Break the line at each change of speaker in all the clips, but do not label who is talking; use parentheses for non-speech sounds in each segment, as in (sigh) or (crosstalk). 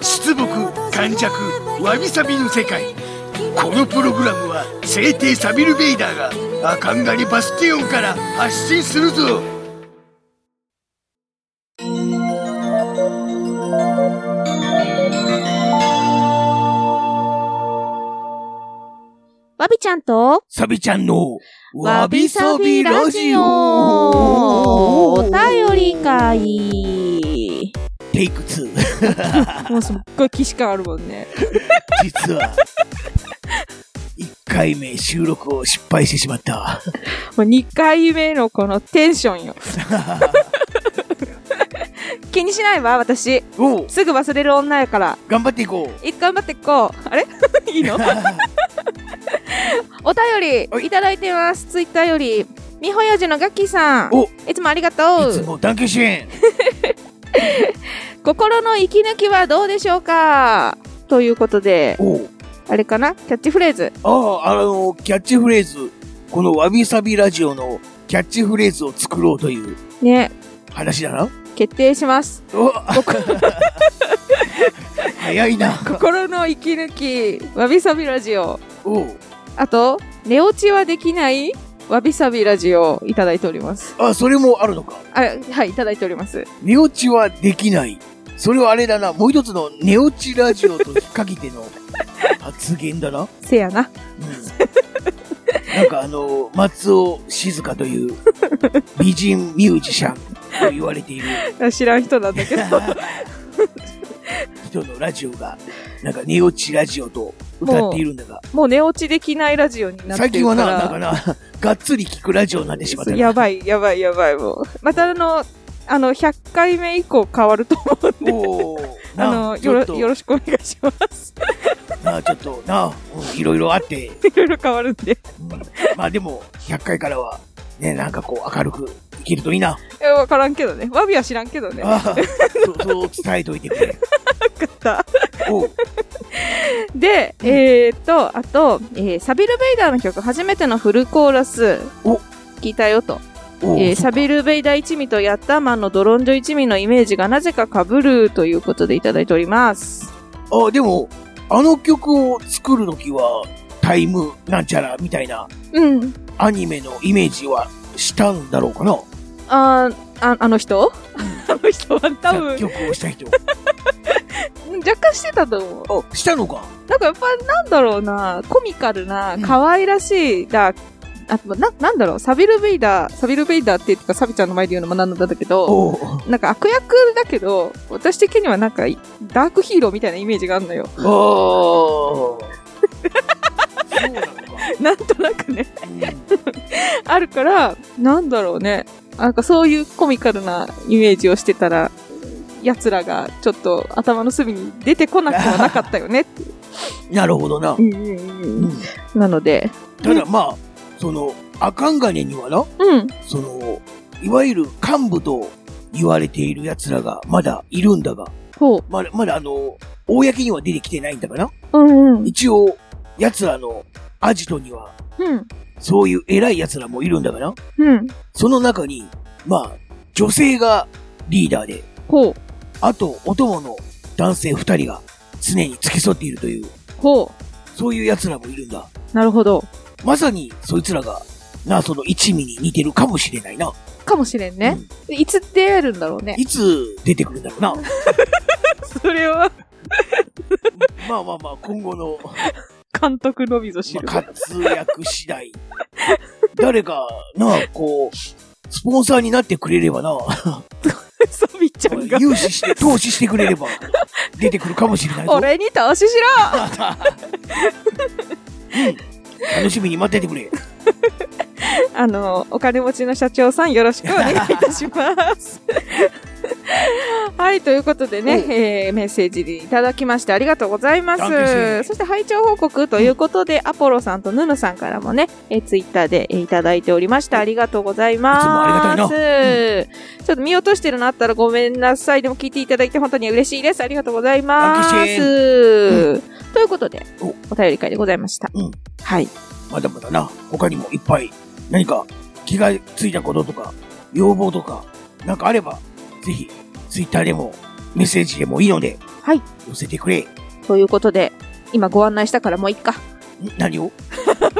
出木感弱わびさびの世界このプログラムは聖帝サビル・ベイダーがアカンガリ・バスティオンから発信するぞ
わびちゃんと、
サビちゃんの
わびさびラジオお便り会
テイク2
もうすっごい既視感あるもんね。
実は1回目収録を失敗してしまった
もう2回目のこのテンション
(laughs)
よ。気にしないわ、私。
おう
すぐ忘れる女やから。
頑張っていこう
一回頑張ってこう。あれ (laughs) いいのお便
は
り
い
いただいてます。ツイッターより。みほよじのガッキーさん。
お
いつもありがと
いつ
う。
もダンケシェン
心の息抜きはどうでしょうかということで、
お (laughs) う
あれかなキャッチフレーズ。
ああ、あの、キャッチフレーズ、このわびさびラジオのキャッチフレーズを作ろうという
ね、
話だな。
決定します。
お早いな。
心の息抜き、わびさびラジオ。
おう
あと、寝落ちはできない、わびさびラジオいただいております。
あ、それもあるのか。
あ、はい、いただいております。
寝落ちはできない。それはあれだな。もう一つの寝落ちラジオと引っ掛けての発言だな。
せやな。
うん。なんかあの、松尾静香という美人ミュージシャンと言われている
知らん人なんだけど。
(laughs) 人のラジオが、なんか寝落ちラジオと歌っているんだが、
もう寝落ちできないラジオになってるから。
最近はな、なんかな、がっつり聞くラジオになってしまったな。
やばい、やばい、やばい、もう。またあの、あの、100回目以降変わると思うんで。
おー
あ
な
の
ちょ
よ
っ
ろ
と、
よろしくお願いします。 (laughs)
なあ、ちょっと、なあ、うんいろいろあって、
いろいろ変わるんで。
うんまあでも、100回からは、ね、なんかこう、明るくいけるといいな。
え、わからんけどね。わびは知らんけどね。わ
ああ、そう、そう伝えといてくれ。
かった。
おう
で、えー、っと、あと、えーサビル・ベイダーの曲、初めてのフルコーラス。
お
聞いたよと、
おう
えーサビル・ベイダー一味とヤッターマンのドロンジョ一味のイメージがなぜか被るということでいただいております。
あ、でも、あの曲を作るときは、タイムなんちゃらみたいな
うん。
アニメのイメージはしたんだろうかな
あーああの人 (laughs) あの人は多分
(laughs) 作、曲をした人。
若干してたと思う。
あ、したのか
なんかやっぱなんだろうな、コミカルな、可愛らしい、だ、あ、な、なんだろう、サビル・ベイダー、サビル・ベイダーって言うか、サビちゃんの前で言うのもなんなんだけど、
おう
なんか悪役だけど、私的にはなんか、ダークヒーローみたいなイメージがあるのよ。 (laughs)
ああ。そうなのか。
なんとなくね、
うん
あるから、なんだろうね、なんかそういうコミカルなイメージをしてたら、奴らがちょっと頭の隅に出てこなくはなかったよね。
なるほどな
う。んうん
う
うん
ん、
なので、
ただまあ、その、アカンガネにはな、
うん、
その、いわゆる幹部と言われている奴らがまだいるんだが、
ほう、
まだ、まだあの、公には出てきてないんだかな。
うんうん、
一応、奴らのアジトには、
うん、
そういう偉い奴らもいるんだかな。
うん、
その中に、まあ、女性がリーダーで、
ほう。
あと、お供の男性二人が常に付き添っているという、
ほ
そういう奴らもいるんだ。
う。なるほど。
まさに、そいつらが、なあ、その一味に似てるかもしれないな。
かもしれんね。いつ出会えるんだろうね。
いつ出てくるんだろうな。
それは、
まあまあまあ、今後の、ま
監督のみぞ知る。
あ活躍次第。誰か、なあ、こう、スポンサーになってくれればな、
サビちゃんが、
融資して、投資してくれれば、出てくるかもしれないぞ。
俺に投資しろ
楽しみに待っててくれ。
(laughs) あの、お金持ちの社長さんよろしくお願いいたします。 (laughs) はい、ということでね、えーメッセージいただきましてありがとうございま
ダンケンシェ
す。そして、拝聴報告ということで、アポロさんとヌヌさんからもね、えーツイッターでえーいただいておりました。ありがとうございます。
いつもありがたいな
ちょっと見落としてるのあったらごめんなさい。でも聞いていただいて本当に嬉しいです。ありがとうございます。
ダンケンシ
ということで
お、
お便り会でございました。
うん
はい。
まだまだな、他にもいっぱい、何か気がついたこととか、要望とか、なんかあれば、ぜひ、ツイッターでも、メッセージでもいいので、
はい。
寄せてくれ。ん
ということで、今ご案内したからもういっ
(laughs)
か。
何を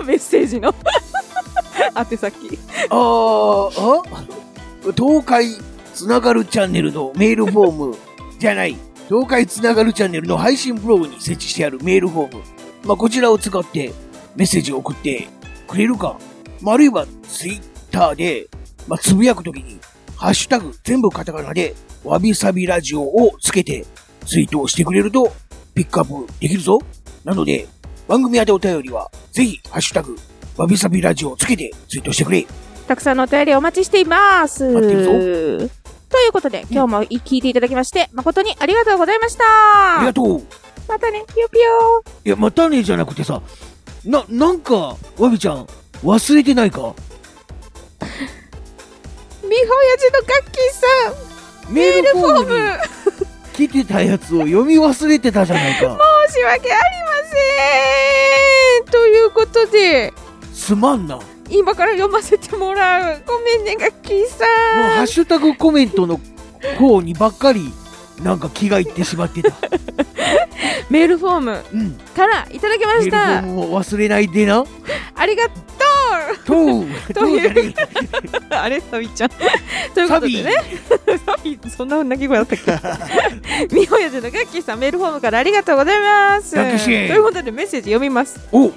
メッセージ
(laughs)
の宛先。
ああ、東海つながるチャンネルのメールフォームじゃない、東海つながるチャンネルの配信ブログに設置してあるメールフォーム。まあ、こちらを使ってメッセージを送ってくれるか、まあ、あるいはツイッターで、まあ、つぶやくときに、ハッシュタグ全部カタカナで、わびさびラジオをつけてツイートをしてくれるとピックアップできるぞ。なので、番組宛てお便りは、ぜひ、ハッシュタグ、わびさびラジオをつけてツイートしてくれ。
たくさんのお便りお待ちしています。
待ってるぞ
ということで、今日も聞いていただきまして、誠にありがとうございまし
ありが
た。
とう。
またね、ぴよぴよ。
いや、またねじゃなくてさ、な、なんか、わびちゃん、忘れてないか
みほやじのガッキーさん、
メールフォ
ブ
ームに来てたやつを読み忘れてたじゃない (laughs) か。
申し訳ありません。ということで、
すまんな。もう、
今から読ませてもらう。ごめんね、ガッキーさ
ハッ
ん。
シュタグコメントの方にばっかり、なんか気がいってしまって (laughs) た。
メールフォーム
うん。メ
からいただきま
ールフ
し
ォー
た。
ムを忘れないでな。
ありがと
(laughs) とう。
という
じゃね
う。 (laughs) あれ、サビちゃん。とい
え
うこ
サ
とで
ビ
ね。サビそんな泣き声だったっけ (laughs) みほやじのガッキーさんメールフォームからありがとうございますと
ガッキーシーン
いうことでメッセージ読みます
お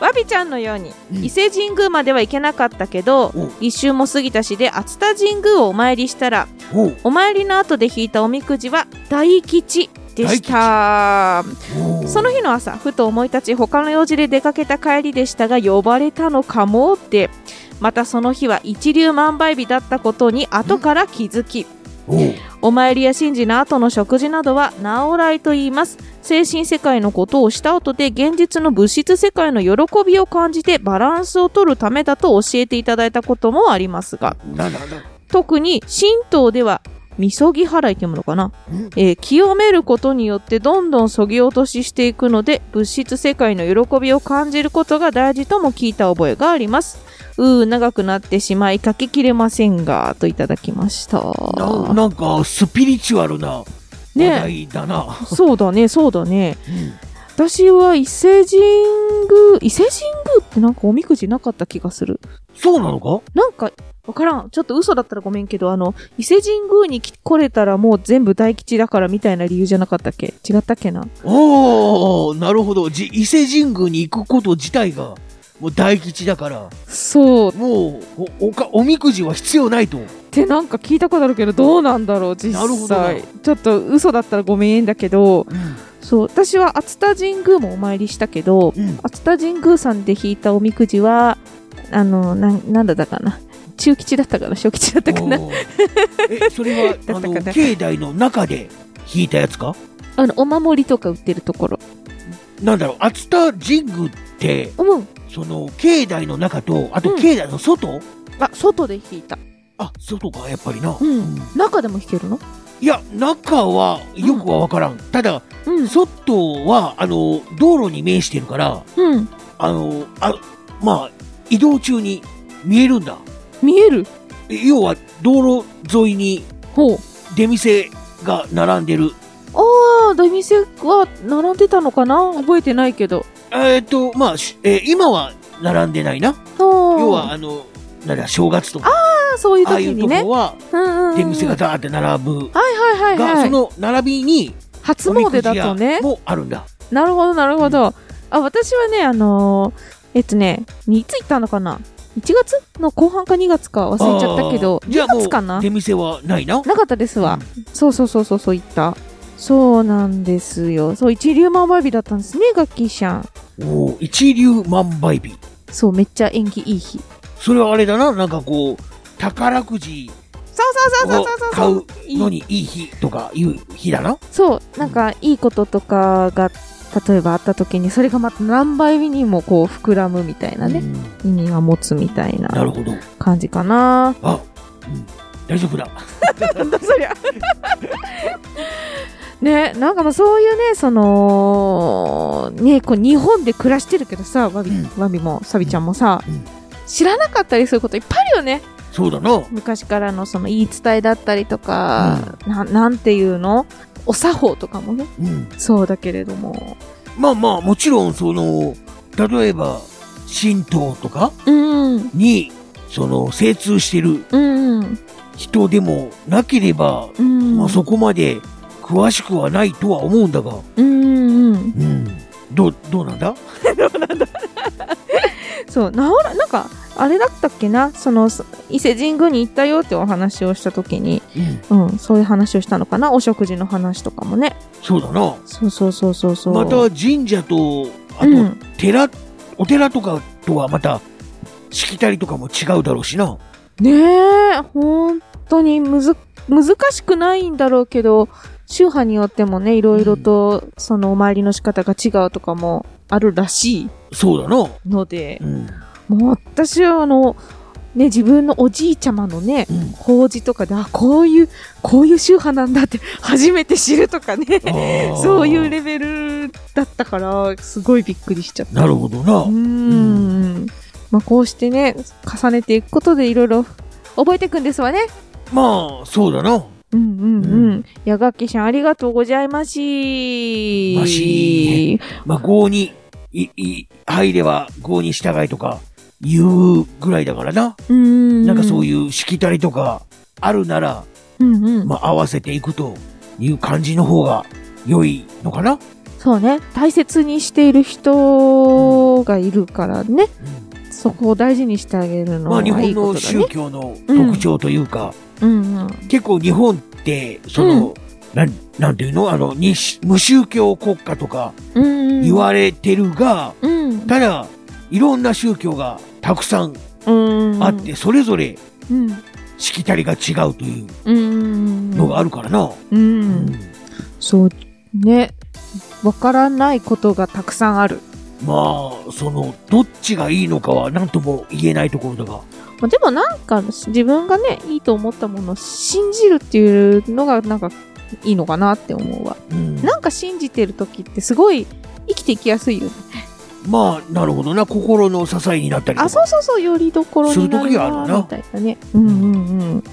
わびちゃんのように、
うん
伊勢神宮までは行けなかったけど
お
立秋も過ぎたしで熱田神宮をお参りしたら
おう
お参りの後で引いたおみくじは大吉でした
おう
その日の朝ふと思い立ち他の用事で出かけた帰りでしたが呼ばれたのかもってまたその日は一粒万倍日だったことに後から気づき
おう
お参りや神事の後の食事などは、なおらいと言います。精神世界のことをした後で、現実の物質世界の喜びを感じてバランスを取るためだと教えていただいたこともありますが、
なんだなんだ。
特に神道では、みそぎ払いというものかな、
うん
えー清めることによってどんどんそぎ落とししていくので物質世界の喜びを感じることが大事とも聞いた覚えがありますうー長くなってしまい書ききれませんがといただきました
ななんか、スピリチュアルな話
ね
題だな。
そうだね、そうだね。
うん
私は伊勢神宮、伊勢神宮ってなんかおみくじなかった気がする。
そうなのか
なんか、わからん。ちょっと嘘だったらごめんけど、あの、伊勢神宮に来来れたらもう全部大吉だからみたいな理由じゃなかったっけ違ったっけな
おおなるほどじ伊勢神宮に行くこと自体がもう大吉だから
そう。っ
もうおおかおみくじは必要ないと
てなんか聞いたことあるけど、どうなんだろう、実
なるほどな
際。ちょっと嘘だったらごめんだけど、
う
そう。私は熱田神宮もお参りしたけど、
ん、うん、
熱田神宮さんで引いたおみくじは、あの、なん、なんだったかな。中吉だったかな小吉だったかな
おーえ
(laughs)
それは
った
あ
かな
の境内の中で引いたやつか
あの、お守りとか売ってるところ。
なんだろう熱田神宮って
うん。
その境内の中とあと
うん
境内の外、
あ、外で弾いた。
あ外かやっぱりな、
うん中でも弾けるの
いや中はよくは分からん、ただ
うん。
外はあの道路に面してるから
うん。
あの、あ、まあ、移動中に見えるんだ。
見える
要は、道路沿いに
ほう。
出店が並んでる。
ああ、出店は並んでたのかな覚えてないけど。
えっ、と、まあ、しえー今は並んでないな。
あ
要
要
は、、あの、なんだ、正月とか、
そういう
ああい
時
う
に
と
ね。
こは
うんうんうん
出店がザーって並
は
ぶ。
いはいはい
が、
は
そ
い。
の並びに、
初
おみく
詣
じ
だとね
屋。もあるんだ。
なるほどなるほど。あ、私はね、あのー、えっとね、いつ行ったのかな ?1 月の後半か2月か忘れちゃったけど
あ、ーじゃあ
2
も
月かな
う、出店はないな。
なかったですわ。そうそうそうそうそう言った。そうなんですよ。そう一粒万倍日だったんですね、ガッキーシャン。
おー一流万倍日。
そうめっちゃ縁起いい日。そう
それはあれだな、なんかこう、宝くじ、
そうそうそう
を
そうそう
買う
いい
のにいい日とかいう日だな。
そうなんかいいこととかが例えばあった時にそれがまた何倍にもこう膨らむみたいなね、意味が持つみたい
なる
な
ほど。
感じかな
あ、うん大丈夫だ。
なんだそりゃ (laughs) ねなんかもうそういうねそのねこう日本で暮らしてるけどさわび,、
うん
わびもさびちゃんもさ、
うん
知らなかったりすることいっぱいあるよね
そうだな。
昔からのその言い伝えだったりとか、ななんていうのお作法とかもね
うん。
そうだけれども
まあまあ、もちろん、その、例えば、神道とか
うん
に、その、精通してる
うん
人でもなければ、
うん
まあそこまで詳しくはないとは思うんだが、
うんうん
うん。どう、どうなんだ
そう治らなんかあれだったっけなそのそ伊勢神宮に行ったよってお話をした時に
うん。
うん、そういう話をしたのかなお食事の話とかもね
そうだな。
そうそうそうそうそう
また神社と、あ
う
と
ん、
寺、お寺とかとはまた、しきたりとかも違うだろうしな。
ねえ本当にむず難しくないんだろうけど宗派によってもねいろいろとそのお参りの仕方が違うとかもあるらしい
そうだな。
ので
うん。
もう私はあのね自分のおじいちゃまのね
うん。
法事とかであこういうこういう宗派なんだって初めて知るとかね
あー
(laughs) そういうレベルだったからすごいびっくりしちゃった。
なるほどな。
うーん。まあ、こうしてね、重ねていくことでいろいろ覚えていくんですわね。
まあ、そうだ
う
な。
んうんう。
うん
矢垣さん、ありがとうございます。し
ましまあ、郷に、い、い、入れば郷に従いとか言うぐらいだからな。
うん。
なんかそう
い
いうしきたりとかあるなら、
う。うんうん。
まあ、合わせていくという感じの方が良いのかな。
そうね。大切にしている人がいるからね。そこを大事にしてあげるの
ま
は
あ、
い
日本
いこ
の
とだ
宗
ね。
教の
うん
特徴というか、
うんうん。
結構日本って、その、なん、なんていうのあの、に無宗教国家とか
うんうん。
言われてるが、
うん。
ただ、いろんな宗教がたくさん
うん。
あって、。それぞれ
うん。
しきたりが違うという
うん。
のがあるからな。
う。
うん
そうね。わからないことがたくさんある。
まあ、その、どっちがいいのかは何とも言えないところだが、
まあ、でもなんか自分がね、いいと思ったものを信じるっていうのがなんかいいのかなって思うわ。
うん
なんか信じてる時ってすごい生きていきやすいよね。
まあ、なるほどな、心の支えになったりとか。
あ、そうそうそう、よりどころにな
する
る
時があるな
なみたいなね。うんうんうん。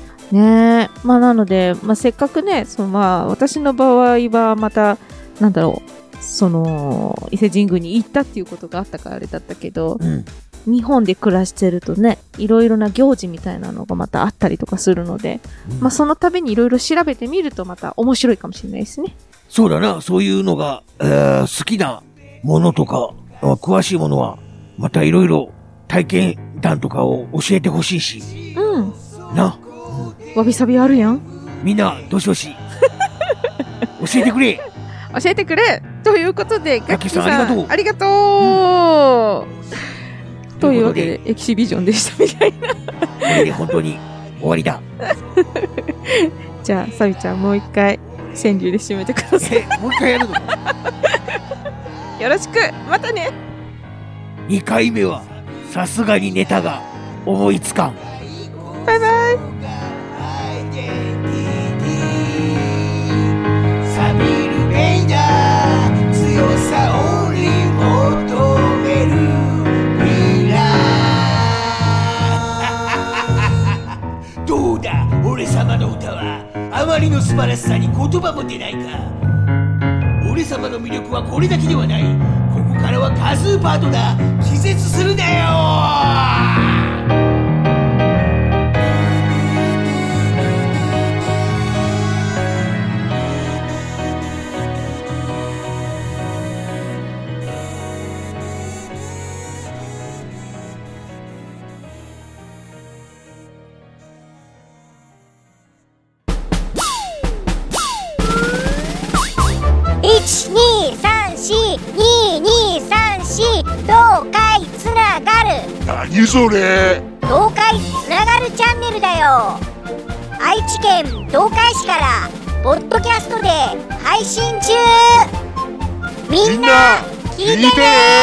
ねえ。まあなので、まあせっかくね、そのまあ私の場合はまた、なんだろう、その、伊勢神宮に行ったっていうことがあったからあれだったけど、
うん。
日本で暮らしてるとね、いろいろな行事みたいなのがまたあったりとかするので、まあ、その度にいろいろ調べてみるとまた面白いかもしれないですね。
そうだな、そういうのが、えー好きなものとか、あ詳しいものは、またいろいろ体験談とかを教えてほしいし、
うん。
な、
わびさびあるやん。
みんな、どし
(laughs)
どし、教えてくれ
教えてくれということで、ガッキーさん、
ガッキーさん
ありがとう、というわけ
というこ
で、エキシビジョンでしたみたいな。
とで、これで本当に終わ
(laughs)
りだ。
じゃあ、サビちゃんもう一回、川柳で締めてくださ
え、もう一回やるの
い。よろしくまたね
?2 回目は、さすがにネタが思いつかん。
バイバイ
錆びるベイダー強さを追い求める未来 (laughs) どうだ俺様の歌はあまりの素晴らしさに言葉も出ないか俺様の魅力はこれだけではないここからはカズーパートだ気絶するなよ
12342234東海つながる
何それ
東海つながるチャンネルだよ愛知県東海市からポッドキャストで配信中みんな聞いてね